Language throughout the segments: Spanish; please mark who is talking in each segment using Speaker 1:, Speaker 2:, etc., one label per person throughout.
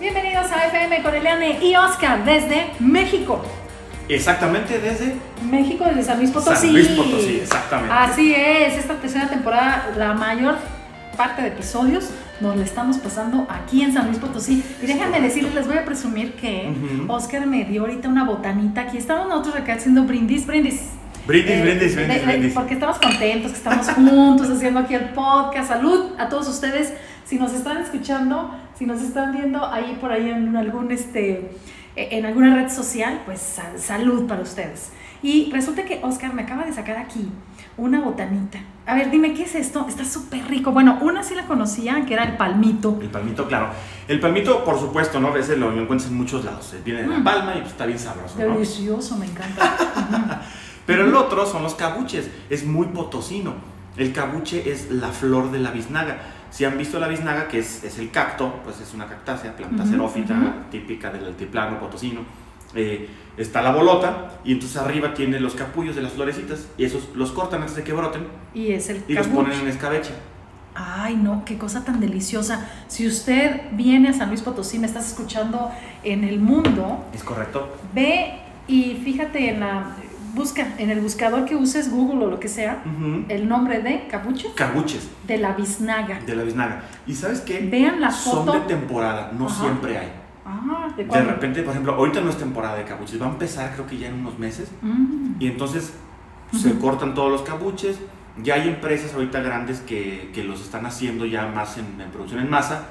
Speaker 1: Bienvenidos a FM con Eliane y Oscar desde México.
Speaker 2: Exactamente desde
Speaker 1: México desde San Luis Potosí. Ah,
Speaker 2: San Luis Potosí, exactamente.
Speaker 1: Así es, esta tercera temporada, la mayor parte de episodios nos la estamos pasando aquí en San Luis Potosí. Y déjenme decirles, les voy a presumir que
Speaker 2: Ujú.
Speaker 1: Oscar me dio ahorita una botanita. Aquí estamos nosotros acá haciendo brindis, brindis.
Speaker 2: Brindis,
Speaker 1: Eh,
Speaker 2: brindis,
Speaker 1: de-
Speaker 2: brindis,
Speaker 1: de-
Speaker 2: brindis.
Speaker 1: Porque estamos contentos, que estamos juntos haciendo aquí el podcast. Salud a todos ustedes. Si nos están escuchando, si nos están viendo ahí por ahí en algún este eh, en alguna red social, pues sal- salud para ustedes. Y resulta que Oscar me acaba de sacar aquí una botanita. A ver, dime qué es esto. Está súper rico. Bueno, una sí la conocía, que era el palmito.
Speaker 2: El palmito, claro. El palmito, por supuesto, ¿no? A veces lo, lo encuentras en muchos lados. Viene de la
Speaker 1: Mm.
Speaker 2: palma y pues, está bien sabroso, ¿no?
Speaker 1: Delicioso, me encanta. Ujú.
Speaker 2: Pero el otro son los cabuches. Es muy potosino. El cabuche es la flor de la biznaga. Si han visto la biznaga, que es, es el cacto, pues es una cactácea, planta
Speaker 1: Ujú,
Speaker 2: xerófita,
Speaker 1: ujú.
Speaker 2: típica del altiplano potosino. Eh, está la bolota y entonces arriba tiene los capullos de las florecitas y esos los cortan antes de que broten
Speaker 1: Y es el
Speaker 2: y los
Speaker 1: cabuch.
Speaker 2: ponen en escabeche.
Speaker 1: Ay, no, qué cosa tan deliciosa. Si usted viene a San Luis Potosí, me estás escuchando en el mundo,
Speaker 2: ¿Es correcto?
Speaker 1: ve y fíjate en la busca en el buscador que uses Google o lo que sea,
Speaker 2: Ujú.
Speaker 1: el nombre de capucho
Speaker 2: Cabuches
Speaker 1: de la biznaga.
Speaker 2: de la biznaga. ¿Y sabes qué?
Speaker 1: Vean la
Speaker 2: Son
Speaker 1: foto.
Speaker 2: de temporada, no
Speaker 1: Ajá.
Speaker 2: siempre hay.
Speaker 1: Ah, de,
Speaker 2: De
Speaker 1: cuándo?
Speaker 2: repente, por ejemplo, ahorita no es temporada de cabuches, va a empezar creo que ya en unos meses.
Speaker 1: Mm.
Speaker 2: Y entonces
Speaker 1: Ujú.
Speaker 2: se cortan todos los cabuches. Ya hay empresas ahorita grandes que, que los están haciendo ya más en, en producción en masa,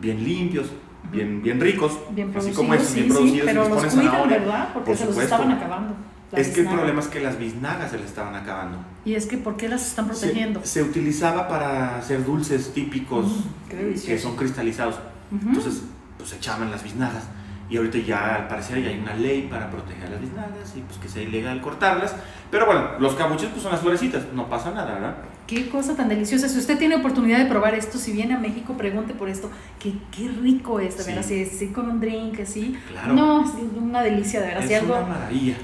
Speaker 2: bien limpios, bien, bien ricos,
Speaker 1: Bien
Speaker 2: así
Speaker 1: producidos,
Speaker 2: como estos,
Speaker 1: sí,
Speaker 2: bien
Speaker 1: sí,
Speaker 2: producidos, y
Speaker 1: pero
Speaker 2: les
Speaker 1: los
Speaker 2: ponen
Speaker 1: cuidan,
Speaker 2: zanahoria.
Speaker 1: ¿verdad? Porque
Speaker 2: por
Speaker 1: se
Speaker 2: supuesto.
Speaker 1: los estaban acabando. la
Speaker 2: Es que el
Speaker 1: biznaga.
Speaker 2: problema es que las biznagas se les estaban acabando.
Speaker 1: y es que ¿por qué las están
Speaker 2: Se-
Speaker 1: protegiendo?
Speaker 2: Se, utilizaba para hacer dulces típicos
Speaker 1: Mm, qué delicioso.
Speaker 2: que son cristalizados.
Speaker 1: Ujú.
Speaker 2: Entonces,
Speaker 1: Mm.
Speaker 2: pues se echaban las biznagas. Y ahorita ya, al parecer, ya hay una ley para proteger las biznagas y pues que sea ilegal cortarlas. Pero bueno, los cabuches pues son las florecitas, no pasa nada, ¿verdad?
Speaker 1: Qué cosa tan deliciosa. Si usted tiene oportunidad de probar esto, si viene a México, pregunte por esto. Qué, qué rico es, de
Speaker 2: Sí.
Speaker 1: veras. Si es así con un drink, así.
Speaker 2: Claro.
Speaker 1: No, es una delicia, de veras.
Speaker 2: es
Speaker 1: Si algo.
Speaker 2: una maravilla.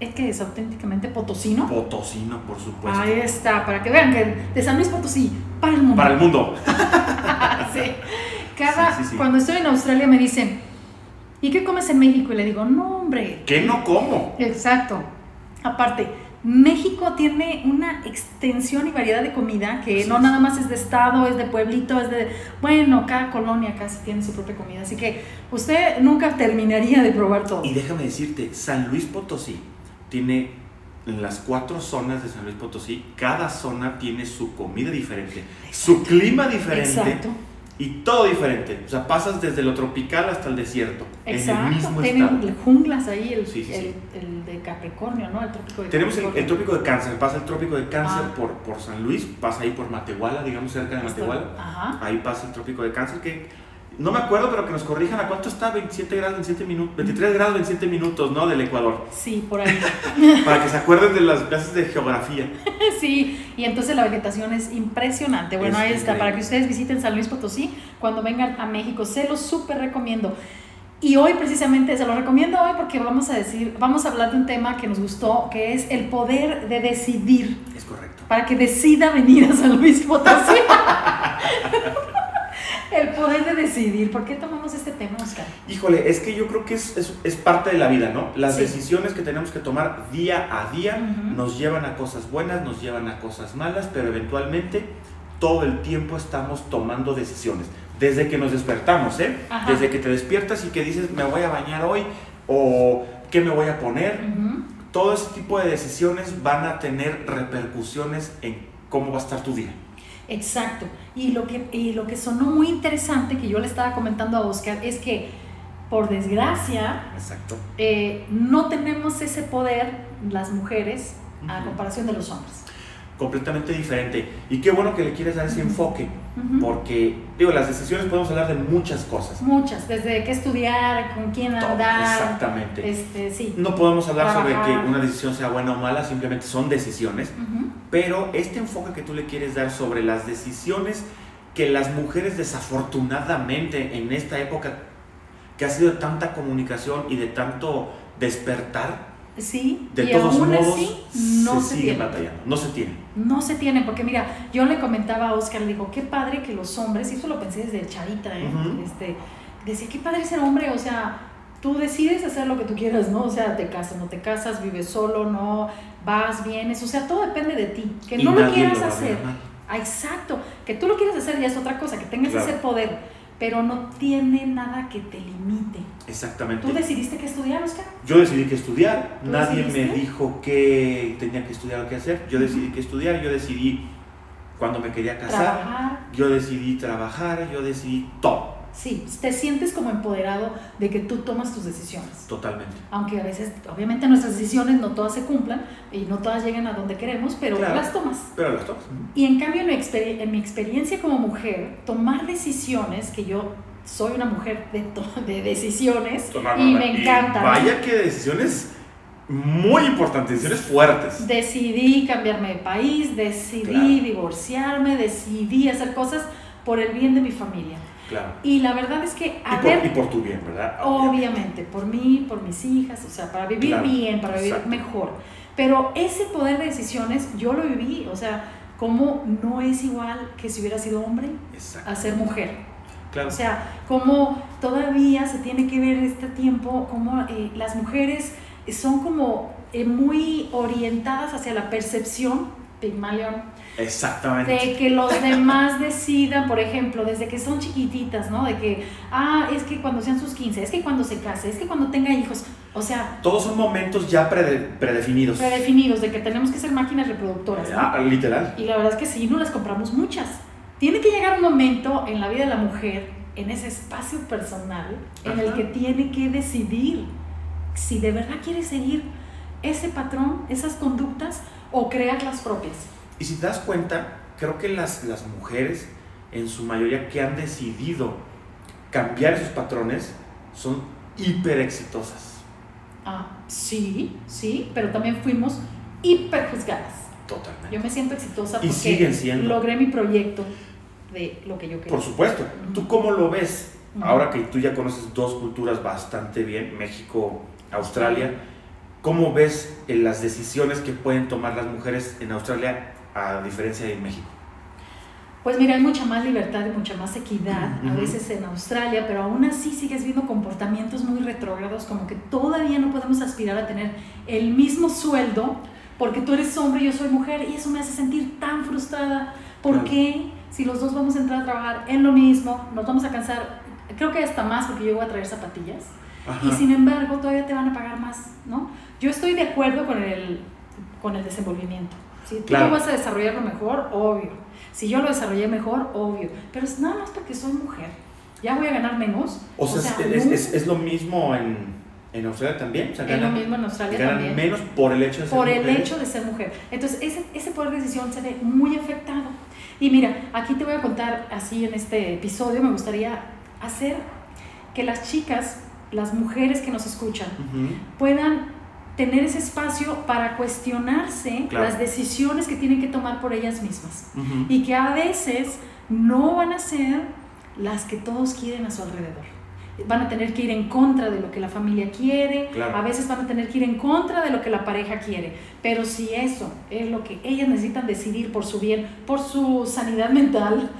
Speaker 1: Es que es auténticamente potosino.
Speaker 2: Potosino, por supuesto.
Speaker 1: Ahí está, para que vean que de San Luis Potosí, para el mundo.
Speaker 2: Para el mundo.
Speaker 1: Sí. Cada,
Speaker 2: Sí, sí, sí.
Speaker 1: Cuando estoy en Australia me dicen, ¿y qué comes en México? Y le digo, no, hombre,
Speaker 2: ¿Qué no como?
Speaker 1: Exacto. Aparte, México tiene una extensión y variedad de comida que
Speaker 2: Así
Speaker 1: no
Speaker 2: es.
Speaker 1: nada más es de estado, es de pueblito, es de... Bueno, cada colonia casi tiene su propia comida, así que usted nunca terminaría de probar todo.
Speaker 2: Y déjame decirte, San Luis Potosí tiene en las cuatro zonas de San Luis Potosí, cada zona tiene su comida diferente, su clima diferente
Speaker 1: Exacto,
Speaker 2: y todo diferente. O sea, pasas desde lo tropical hasta el desierto, en el
Speaker 1: exacto.
Speaker 2: mismo estado.
Speaker 1: Tienen junglas ahí, el,
Speaker 2: Sí, sí,
Speaker 1: el-
Speaker 2: sí.
Speaker 1: el de Capricornio, ¿no? El trópico de
Speaker 2: Tenemos el,
Speaker 1: Capricornio.
Speaker 2: el trópico de cáncer, pasa el trópico de cáncer
Speaker 1: Ah.
Speaker 2: por, por San Luis, pasa ahí por Matehuala, digamos cerca de Matehuala.
Speaker 1: Ajá.
Speaker 2: Ahí pasa el trópico de cáncer que no me acuerdo, pero que nos corrijan a cuánto está 27 grados 27 minutos, 23 grados 27 minutos, ¿no? del Ecuador,
Speaker 1: Sí, por ahí.
Speaker 2: para que se acuerden de las clases de geografía.
Speaker 1: Sí, y entonces la vegetación es impresionante. Bueno,
Speaker 2: Es
Speaker 1: ahí está,
Speaker 2: increíble.
Speaker 1: para que ustedes visiten San Luis Potosí cuando vengan a México, se los súper recomiendo. Y hoy precisamente, se los recomiendo hoy porque vamos a decir, vamos a hablar de un tema que nos gustó, que es el poder de decidir,
Speaker 2: Es correcto.
Speaker 1: para que decida venir a San Luis Potosí. el poder de decidir, ¿por qué tomamos este tema, Oscar?
Speaker 2: Híjole, es que yo creo que es, es- es parte de la vida, ¿no? Las
Speaker 1: Sí.
Speaker 2: decisiones que tenemos que tomar día a día
Speaker 1: Ujú.
Speaker 2: nos llevan a cosas buenas, nos llevan a cosas malas, pero eventualmente todo el tiempo estamos tomando decisiones. Desde que nos despertamos, ¿eh?
Speaker 1: Ajá.
Speaker 2: Desde que te despiertas y que dices, me voy a bañar hoy o qué me voy a poner.
Speaker 1: Ujú.
Speaker 2: Todo ese tipo de decisiones van a tener repercusiones en cómo va a estar tu día.
Speaker 1: Exacto. Y lo, que, y lo que sonó muy interesante que yo le estaba comentando a Oscar es que, por desgracia,
Speaker 2: Exacto.
Speaker 1: eh, no tenemos ese poder las mujeres a
Speaker 2: Ujú.
Speaker 1: comparación de los hombres.
Speaker 2: Completamente diferente. Y qué bueno que le quieres dar ese
Speaker 1: Ujú.
Speaker 2: enfoque.
Speaker 1: Ujú.
Speaker 2: Porque, digo, las decisiones podemos hablar de muchas cosas.
Speaker 1: Muchas, desde qué estudiar, con quién
Speaker 2: Todo,
Speaker 1: andar,
Speaker 2: exactamente.
Speaker 1: este, sí.
Speaker 2: No podemos hablar sobre
Speaker 1: Trabajar.
Speaker 2: que una decisión sea buena o mala, simplemente son decisiones.
Speaker 1: Ujú.
Speaker 2: Pero este enfoque que tú le quieres dar sobre las decisiones que las mujeres desafortunadamente en esta época que ha sido de tanta comunicación y de tanto despertar,
Speaker 1: Sí,
Speaker 2: de
Speaker 1: y
Speaker 2: todos
Speaker 1: aún
Speaker 2: modos
Speaker 1: así no se,
Speaker 2: se, siguen
Speaker 1: tiene.
Speaker 2: batallando, no se tienen.
Speaker 1: No se tiene, porque mira, yo le comentaba a Oscar, le digo, qué padre que los hombres, y eso lo pensé desde chavita, ¿eh?
Speaker 2: Ujú.
Speaker 1: este, decía, qué padre ser hombre, o sea, tú decides hacer lo que tú quieras, ¿no? O sea, te casas, no te casas, vives solo, no, vas, vienes, o sea, todo depende de ti, que
Speaker 2: Y
Speaker 1: no lo
Speaker 2: nadie
Speaker 1: quieras
Speaker 2: va a
Speaker 1: hacer.
Speaker 2: ver mal.
Speaker 1: Ah, exacto, que tú lo quieras hacer ya es otra cosa, que tengas
Speaker 2: Claro.
Speaker 1: ese poder, pero no tiene nada que te limite.
Speaker 2: Exactamente.
Speaker 1: ¿Tú decidiste qué estudiar, Oscar?
Speaker 2: Yo decidí que estudiar,
Speaker 1: ¿Tú
Speaker 2: nadie me
Speaker 1: decidiste?
Speaker 2: dijo que tenía que estudiar o qué hacer. Yo decidí que estudiar, yo decidí cuando me quería casar,
Speaker 1: Trabajar.
Speaker 2: yo decidí trabajar, yo decidí todo,
Speaker 1: Sí, te sientes como empoderado de que tú tomas tus decisiones.
Speaker 2: totalmente.
Speaker 1: Aunque a veces, obviamente, nuestras decisiones no todas se cumplan y no todas llegan a donde queremos, pero
Speaker 2: Claro.
Speaker 1: las tomas.
Speaker 2: Pero las tomas. ujú.
Speaker 1: Y en cambio, en mi, exper- en mi experiencia como mujer, tomar decisiones, que yo soy una mujer de, to- de decisiones
Speaker 2: Tomar,
Speaker 1: y
Speaker 2: mamá.
Speaker 1: me encanta. ¿no?
Speaker 2: Vaya que decisiones muy importantes, decisiones fuertes.
Speaker 1: Decidí cambiarme de país, decidí
Speaker 2: Claro.
Speaker 1: divorciarme, decidí hacer cosas por el bien de mi familia.
Speaker 2: Claro.
Speaker 1: Y la verdad es que
Speaker 2: Y
Speaker 1: haber
Speaker 2: por, y por tu bien, ¿verdad?
Speaker 1: Obviamente, por mí, por mis hijas, o sea, para vivir
Speaker 2: Claro,
Speaker 1: bien, para vivir
Speaker 2: exacto.
Speaker 1: mejor. Pero ese poder de decisiones yo lo viví, o sea, como no es igual que si hubiera sido hombre
Speaker 2: Exacto.
Speaker 1: a ser mujer.
Speaker 2: Claro.
Speaker 1: O sea, como todavía se tiene que ver este tiempo, como eh, las mujeres son como eh, muy orientadas hacia la percepción, Pigmalión,
Speaker 2: Exactamente.
Speaker 1: de que los demás decidan, por ejemplo, desde que son chiquititas, ¿no? De que, ah, es que cuando sean sus 15, es que cuando se case, es que cuando tenga hijos, o sea,
Speaker 2: Todos son momentos ya prede- predefinidos.
Speaker 1: predefinidos de que tenemos que ser máquinas reproductoras, ¿no?
Speaker 2: Ah, literal.
Speaker 1: Y la verdad es que sí, no las compramos muchas. Tiene que llegar un momento en la vida de la mujer, en ese espacio personal, en el
Speaker 2: Ajá.
Speaker 1: que tiene que decidir si de verdad quiere seguir ese patrón, esas conductas o crear las propias.
Speaker 2: Y si te das cuenta, creo que las, las mujeres, en su mayoría, que han decidido cambiar sus patrones, son hiper exitosas.
Speaker 1: Ah, sí, sí, pero también fuimos hiper juzgadas.
Speaker 2: Totalmente.
Speaker 1: Yo me siento exitosa
Speaker 2: Y
Speaker 1: porque
Speaker 2: siguen siendo.
Speaker 1: logré mi proyecto de lo que yo quería.
Speaker 2: Por supuesto. ¿Tú cómo lo ves?
Speaker 1: Ujú.
Speaker 2: Ahora que tú ya conoces dos culturas bastante bien, México, Australia, ¿cómo ves eh, las decisiones que pueden tomar las mujeres en Australia a diferencia de México?
Speaker 1: Pues mira, hay mucha más libertad y mucha más equidad, a
Speaker 2: Ujú.
Speaker 1: veces en Australia, pero aún así sigues viendo comportamientos muy retrógrados, como que todavía no podemos aspirar a tener el mismo sueldo, porque tú eres hombre y yo soy mujer, y eso me hace sentir tan frustrada. ¿Por
Speaker 2: Claro.
Speaker 1: qué? Si los dos vamos a entrar a trabajar en lo mismo, nos vamos a cansar, creo que hasta más, porque yo voy a traer zapatillas. y sin embargo todavía te van a pagar más, ¿no? Yo estoy de acuerdo con el, con el desenvolvimiento. Si tú
Speaker 2: Claro.
Speaker 1: lo vas a desarrollarlo mejor, obvio. Si yo lo desarrollé mejor, obvio. Pero es nada más porque soy mujer. Ya voy a ganar menos.
Speaker 2: O sea, es,
Speaker 1: no.
Speaker 2: es- es- es lo mismo en, en Australia también. O sea,
Speaker 1: Es lo
Speaker 2: ganan,
Speaker 1: mismo en Australia
Speaker 2: ganan
Speaker 1: también.
Speaker 2: menos por el hecho de ser
Speaker 1: por el
Speaker 2: mujeres.
Speaker 1: hecho de ser mujer. Entonces, ese, ese poder de decisión se ve muy afectado. Y mira, aquí te voy a contar así en este episodio, me gustaría hacer que las chicas, las mujeres que nos escuchan,
Speaker 2: Ujú.
Speaker 1: puedan tener ese espacio para cuestionarse
Speaker 2: Claro.
Speaker 1: las decisiones que tienen que tomar por ellas mismas
Speaker 2: Ujú.
Speaker 1: y que a veces no van a ser las que todos quieren a su alrededor. Van a tener que ir en contra de lo que la familia quiere,
Speaker 2: Claro.
Speaker 1: a veces van a tener que ir en contra de lo que la pareja quiere, pero si eso es lo que ellas necesitan decidir por su bien, por su sanidad mental,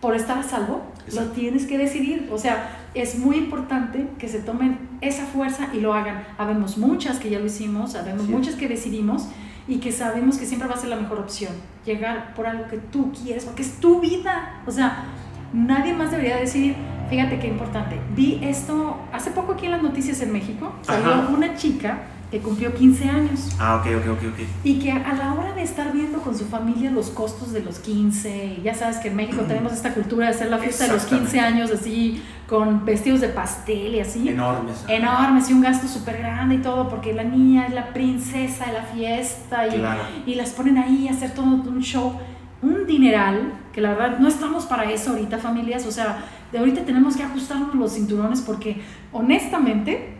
Speaker 1: por estar a salvo, lo
Speaker 2: Exacto.
Speaker 1: tienes que decidir. O sea, es muy importante que se tomen esa fuerza y lo hagan. Habemos muchas que ya lo hicimos, habemos
Speaker 2: Así es.
Speaker 1: muchas que decidimos y que sabemos que siempre va a ser la mejor opción. Llegar por algo que tú quieres, porque es tu vida. O sea, nadie más debería decidir. Fíjate qué importante. Vi esto hace poco aquí en las noticias en México. Salió
Speaker 2: Ajá.
Speaker 1: una chica que cumplió 15 años
Speaker 2: Ah, ok, ok, ok, ok.
Speaker 1: y que a la hora de estar viendo con su familia los costos de los 15, y ya sabes que en México tenemos esta cultura de hacer la fiesta de los 15 años así, con vestidos de pastel y así,
Speaker 2: Enormes.
Speaker 1: enormes y un gasto súper grande y todo, porque la niña es la princesa de la fiesta y,
Speaker 2: Claro.
Speaker 1: y las ponen ahí a hacer todo un show, un dineral, que la verdad no estamos para eso ahorita familias, o sea, de ahorita tenemos que ajustarnos los cinturones porque honestamente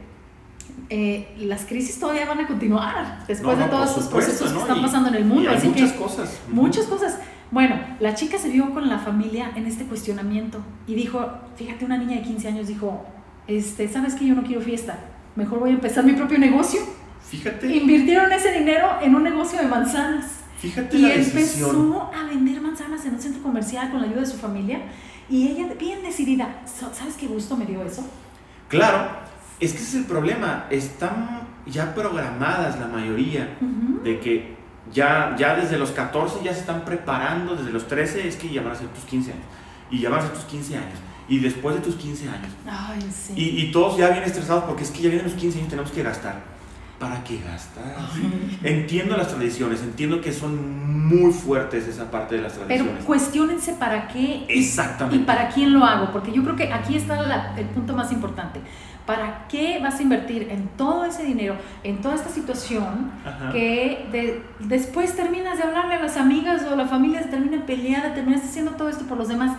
Speaker 1: eh, las crisis todavía van a continuar después
Speaker 2: No,
Speaker 1: de
Speaker 2: no,
Speaker 1: todos
Speaker 2: por
Speaker 1: estos
Speaker 2: supuesto,
Speaker 1: procesos que
Speaker 2: ¿no?
Speaker 1: están
Speaker 2: Y-
Speaker 1: pasando en el
Speaker 2: y
Speaker 1: mundo,
Speaker 2: hay
Speaker 1: así
Speaker 2: muchas
Speaker 1: que
Speaker 2: cosas. Ujú.
Speaker 1: muchas cosas. Bueno, la chica se vio con la familia en este cuestionamiento y dijo, fíjate, una niña de 15 años dijo, este, ¿sabes que yo no quiero fiesta? Mejor voy a empezar mi propio negocio.
Speaker 2: Fíjate.
Speaker 1: Invirtieron ese dinero en un negocio de manzanas.
Speaker 2: Fíjate
Speaker 1: Y
Speaker 2: la decisión.
Speaker 1: empezó a vender manzanas en un centro comercial con la ayuda de su familia. Y ella, bien decidida, so- ¿sabes qué gusto me dio eso?
Speaker 2: Claro, es que ese es el problema. Están ya programadas la mayoría
Speaker 1: Ujú.
Speaker 2: de que ya, ya desde los 14 ya se están preparando, desde los 13 es que ya van a ser tus 15 años. Y ya van a ser tus 15 años. Y después de tus 15 años.
Speaker 1: Ay, sí.
Speaker 2: Y, y todos ya bien estresados porque es que ya vienen los 15 años y tenemos que gastar. ¿Para qué gastar? Entiendo las tradiciones, entiendo que son muy fuertes esa parte de las
Speaker 1: Pero
Speaker 2: tradiciones.
Speaker 1: cuestionense para qué y- y
Speaker 2: Exactamente.
Speaker 1: para quién lo hago, porque yo creo que aquí está la- el punto más importante. ¿Para qué vas a invertir en todo ese dinero, en toda esta situación
Speaker 2: Ajá.
Speaker 1: que de- después terminas de hablarle a las amigas o la familia, se termina peleada, terminas haciendo todo esto por los demás.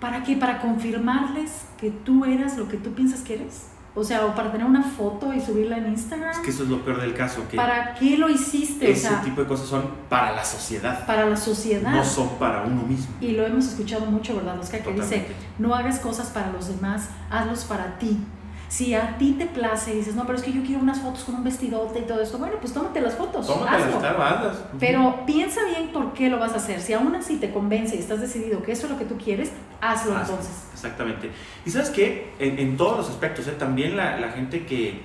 Speaker 1: ¿Para qué? ¿Para confirmarles que tú eras lo que tú piensas que eres? O sea, o para tener una foto y subirla en Instagram.
Speaker 2: Es que eso es lo peor del caso, que
Speaker 1: ¿Para qué lo hiciste? O
Speaker 2: ese
Speaker 1: sea,
Speaker 2: tipo de cosas son para la sociedad,
Speaker 1: para la sociedad.
Speaker 2: no son para uno mismo.
Speaker 1: Y lo hemos escuchado mucho, ¿verdad, Oscar? Que dice,
Speaker 2: Totalmente.
Speaker 1: no hagas cosas para los demás, hazlos para ti. Si a ti te place y dices, no, pero es que yo quiero unas fotos con un vestidote y todo esto, bueno, pues tómate las fotos,
Speaker 2: Tómatelas,
Speaker 1: hazlo.
Speaker 2: claro, hazlas.
Speaker 1: Pero piensa bien por qué lo vas a hacer. Si aún así te convence y estás decidido que eso es lo que tú quieres, hazlo
Speaker 2: Hazlo.
Speaker 1: entonces.
Speaker 2: Exactamente. Y sabes que en, en todos los aspectos, ¿eh? también la, la gente que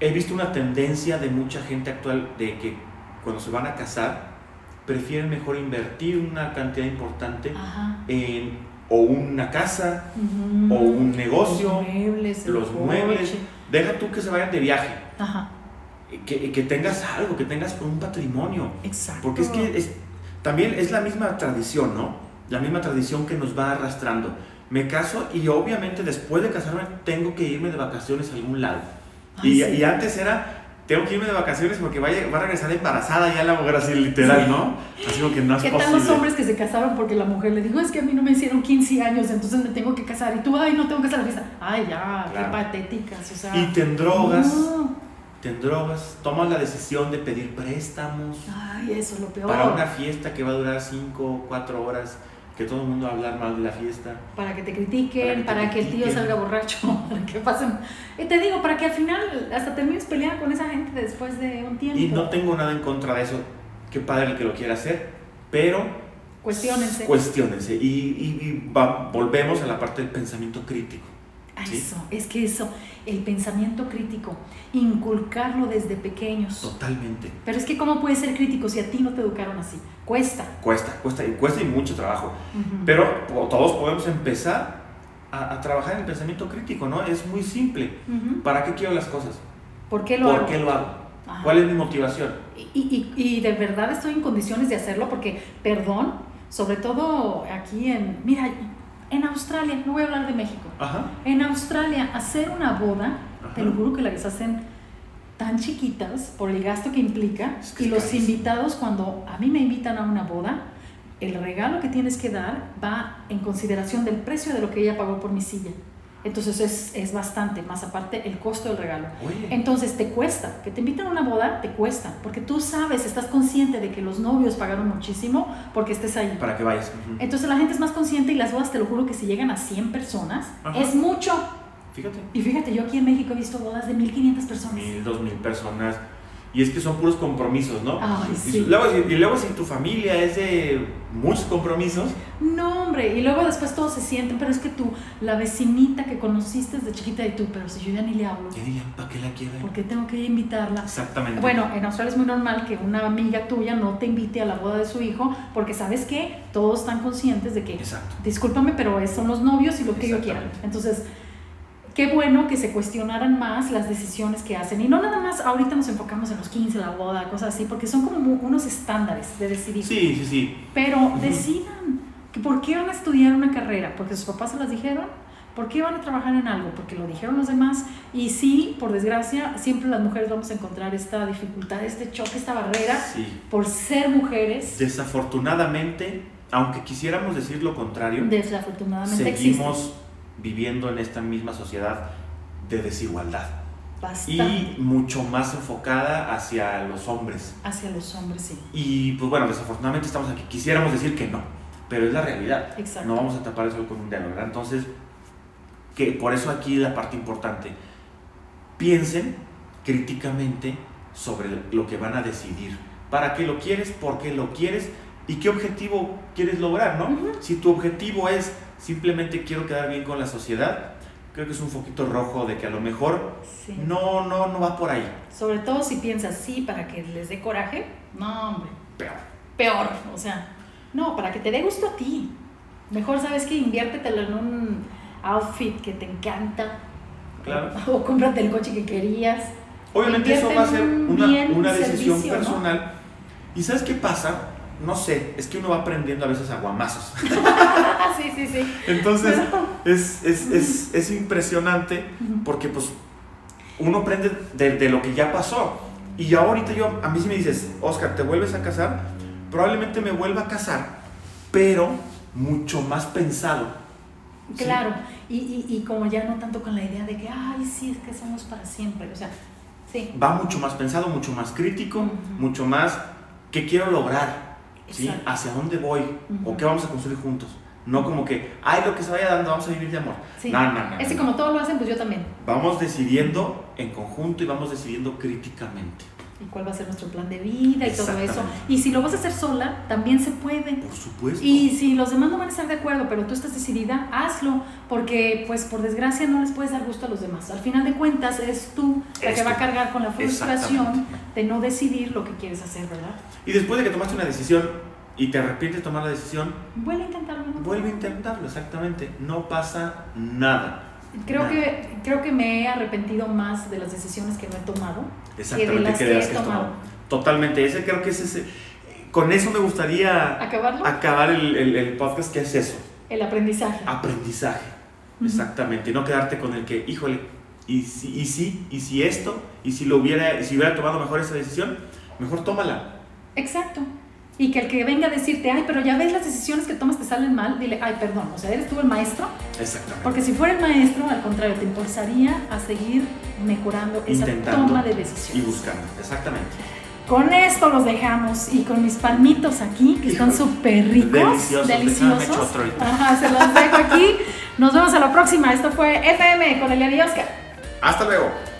Speaker 2: he visto una tendencia de mucha gente actual de que cuando se van a casar, prefieren mejor invertir una cantidad importante
Speaker 1: Ajá.
Speaker 2: en o una casa,
Speaker 1: Ujú.
Speaker 2: O un negocio,
Speaker 1: Los muebles. el
Speaker 2: los
Speaker 1: coche.
Speaker 2: muebles. Deja tú que se vayan de viaje,
Speaker 1: Ajá.
Speaker 2: que, que tengas algo, que tengas un patrimonio.
Speaker 1: Exacto.
Speaker 2: Porque es que es, también es la misma tradición, ¿no? La misma tradición que nos va arrastrando. Me caso y obviamente después de casarme tengo que irme de vacaciones a algún lado.
Speaker 1: Ay,
Speaker 2: Y,
Speaker 1: sí.
Speaker 2: y antes era, tengo que irme de vacaciones porque va a, lleg- va a regresar embarazada ya la mujer así literal, ¿no? Así como que no es
Speaker 1: ¿Qué tal
Speaker 2: posible.
Speaker 1: los hombres que se casaron porque la mujer le dijo, es que a mí no me hicieron 15 años, entonces me tengo que casar? Y tú, ay, no tengo que hacer la fiesta. Ay, ya,
Speaker 2: Claro.
Speaker 1: qué patéticas, o sea.
Speaker 2: Y ten drogas,
Speaker 1: No.
Speaker 2: ten drogas, tomas la decisión de pedir préstamos
Speaker 1: Ay, eso es lo peor.
Speaker 2: para una fiesta que va a durar 5 o 4 horas, que todo el mundo va a hablar mal de la fiesta.
Speaker 1: Para que te critiquen,
Speaker 2: Para
Speaker 1: para
Speaker 2: que
Speaker 1: que,
Speaker 2: te
Speaker 1: el tío
Speaker 2: critiquen.
Speaker 1: salga borracho, para que pasen. Y te digo, para que al final hasta termines peleando con esa gente después de un tiempo.
Speaker 2: Y no tengo nada en contra de eso. Qué padre el que lo quiera hacer, pero
Speaker 1: Cuestiónense.
Speaker 2: cuestiónense. Y, y- y va- volvemos a la parte del pensamiento crítico.
Speaker 1: Ah,
Speaker 2: ¿sí?
Speaker 1: Eso, es que eso, el pensamiento crítico, inculcarlo desde pequeños.
Speaker 2: Totalmente.
Speaker 1: Pero es que, ¿cómo puedes ser crítico si a ti no te educaron así? Cuesta.
Speaker 2: Cuesta, cuesta, y cuesta y mucho trabajo.
Speaker 1: Ujú.
Speaker 2: Pero po- todos podemos empezar a, a trabajar en el pensamiento crítico, ¿no? Es muy simple.
Speaker 1: Ujú.
Speaker 2: ¿Para qué quiero las cosas?
Speaker 1: ¿Por qué lo
Speaker 2: ¿Por
Speaker 1: hago? Ah.
Speaker 2: qué lo hago?
Speaker 1: Ajá.
Speaker 2: ¿Cuál es mi motivación?
Speaker 1: Y, y- y de verdad estoy en condiciones de hacerlo porque, perdón, sobre todo aquí en, mira, en Australia, no voy a hablar de México,
Speaker 2: Ajá.
Speaker 1: en Australia hacer una boda,
Speaker 2: Ajá.
Speaker 1: te lo juro que las hacen tan chiquitas por el gasto que implica
Speaker 2: Es que
Speaker 1: y
Speaker 2: es
Speaker 1: los
Speaker 2: carísimo.
Speaker 1: invitados cuando a mí me invitan a una boda, el regalo que tienes que dar va en consideración del precio de lo que ella pagó por mi silla. Entonces es, es bastante, más aparte el costo del regalo.
Speaker 2: Oye,
Speaker 1: Entonces te cuesta, que te inviten a una boda, te cuesta, porque tú sabes, estás consciente de que los novios pagaron muchísimo porque estés ahí.
Speaker 2: para que vayas. Ujú.
Speaker 1: Entonces la gente es más consciente y las bodas, te lo juro que si llegan a 100 personas,
Speaker 2: Ajá.
Speaker 1: es mucho.
Speaker 2: Fíjate.
Speaker 1: Y fíjate, yo aquí en México he visto bodas de 1500 personas.
Speaker 2: mil, dos mil personas. Y es que son puros compromisos, ¿no?
Speaker 1: Ay,
Speaker 2: y,
Speaker 1: sí.
Speaker 2: luego, si- y luego si tu familia es de muchos compromisos,
Speaker 1: No, hombre, y luego después todos se sienten, pero es que tú, la vecinita que conociste desde chiquita y tú, pero si yo ya ni le hablo,
Speaker 2: ya dirían, ¿para qué la quieren?
Speaker 1: ¿por qué tengo que invitarla?
Speaker 2: Exactamente.
Speaker 1: Bueno, en Australia es muy normal que una amiga tuya no te invite a la boda de su hijo, porque sabes que todos están conscientes de que
Speaker 2: Exacto.
Speaker 1: discúlpame, pero es- son los novios y lo que yo quiera.
Speaker 2: Exactamente.
Speaker 1: Entonces, qué bueno que se cuestionaran más las decisiones que hacen. Y no nada más, ahorita nos enfocamos en los 15, la boda, cosas así, porque son como mu- unos estándares de decidir.
Speaker 2: Sí, sí, sí.
Speaker 1: Pero decidan, que ¿por qué van a estudiar una carrera? ¿Porque sus papás se las dijeron? ¿Por qué van a trabajar en algo? Porque lo dijeron los demás. Y sí, por desgracia, siempre las mujeres vamos a encontrar esta dificultad, este choque, esta barrera
Speaker 2: Sí.
Speaker 1: por ser mujeres.
Speaker 2: Desafortunadamente, aunque quisiéramos decir lo contrario,
Speaker 1: Desafortunadamente
Speaker 2: seguimos
Speaker 1: existe
Speaker 2: viviendo en esta misma sociedad de desigualdad
Speaker 1: bastante.
Speaker 2: y mucho más enfocada hacia los hombres.
Speaker 1: Hacia los hombres, sí.
Speaker 2: Y pues bueno, desafortunadamente estamos aquí. Quisiéramos decir que no, pero es la realidad.
Speaker 1: Exacto.
Speaker 2: No vamos a tapar el sol con un dedo, ¿verdad? Entonces, que por eso aquí la parte importante. Piensen críticamente sobre lo que van a decidir. para qué lo quieres, por qué lo quieres y qué objetivo quieres lograr, ¿no? Uh -huh. Si tu objetivo es simplemente quiero quedar bien con la sociedad, creo que es un foquito rojo de que a lo mejor sí. no, no, no va por ahí.
Speaker 1: Sobre todo si piensas sí para que les dé coraje, no, hombre.
Speaker 2: Peor.
Speaker 1: Peor, o sea, no, para que te dé gusto a ti. Mejor sabes que inviértetelo en un outfit que te encanta.
Speaker 2: Claro.
Speaker 1: O cómprate el coche que querías.
Speaker 2: Obviamente eso va a ser una, una decisión servicio, personal. ¿no? ¿Y sabes qué pasa? No sé, es que uno va aprendiendo a veces aguamazos.
Speaker 1: Ah, sí, sí, sí.
Speaker 2: Entonces, es, es, es, es, impresionante porque pues uno aprende de, de, lo que ya pasó. Y ya ahorita yo, a mí si me dices, Oscar, ¿te vuelves a casar? Probablemente me vuelva a casar, pero mucho más pensado.
Speaker 1: Claro, sí. y, y, y, como ya no tanto con la idea de que, ay, sí, es que somos para siempre, o sea, sí.
Speaker 2: Va mucho más pensado, mucho más crítico, uh -huh. mucho más, ¿qué quiero lograr? ¿Sí? ¿Hacia dónde voy? Uh -huh. ¿O qué vamos a construir juntos? No como que, ay, lo que se vaya dando, vamos a vivir de amor.
Speaker 1: Sí. Ah, No, no, no, es que como todos lo hacen, pues yo también.
Speaker 2: Vamos decidiendo en conjunto y vamos decidiendo críticamente.
Speaker 1: ¿Y cuál va a ser nuestro plan de vida y todo eso? Y si lo vas a hacer sola, también se puede.
Speaker 2: Por supuesto.
Speaker 1: Y si los demás no van a estar de acuerdo, pero tú estás decidida, hazlo, porque pues por desgracia no les puedes dar gusto a los demás. Al final de cuentas, es tú la Esto. que va a cargar con la frustración de no decidir lo que quieres hacer, ¿verdad?
Speaker 2: Y después de que tomaste una decisión y te arrepientes de tomar la decisión,
Speaker 1: vuelve a intentarlo. ¿no?
Speaker 2: Vuelve a intentarlo, exactamente. No pasa nada.
Speaker 1: Creo nah. que, creo que me he arrepentido más de las decisiones que no he tomado que de las que, que, que he tomado. tomado.
Speaker 2: Totalmente, ese creo que es ese. Con eso me gustaría
Speaker 1: ¿Acabarlo?
Speaker 2: acabar el, el, el, podcast, que es eso.
Speaker 1: El aprendizaje.
Speaker 2: Ah. Aprendizaje, uh -huh. exactamente. Y no quedarte con el que, híjole, y si, y si, y si esto, y si lo hubiera, y si hubiera tomado mejor esa decisión, mejor tómala.
Speaker 1: Exacto. Y que el que venga a decirte, ay, pero ya ves las decisiones que tomas te salen mal, dile, ay, perdón, o sea, eres tú el maestro.
Speaker 2: Exactamente.
Speaker 1: Porque si fuera el maestro, al contrario, te impulsaría a seguir mejorando
Speaker 2: Intentando
Speaker 1: esa toma de decisiones.
Speaker 2: Y buscando, exactamente.
Speaker 1: Con esto los dejamos y con mis palmitos aquí, que están súper ricos,
Speaker 2: deliciosos.
Speaker 1: deliciosos.
Speaker 2: Hecho otro ahorita.
Speaker 1: Ajá, se los dejo aquí. Nos vemos a la próxima. Esto fue FM con Eliana y Oscar.
Speaker 2: Hasta luego.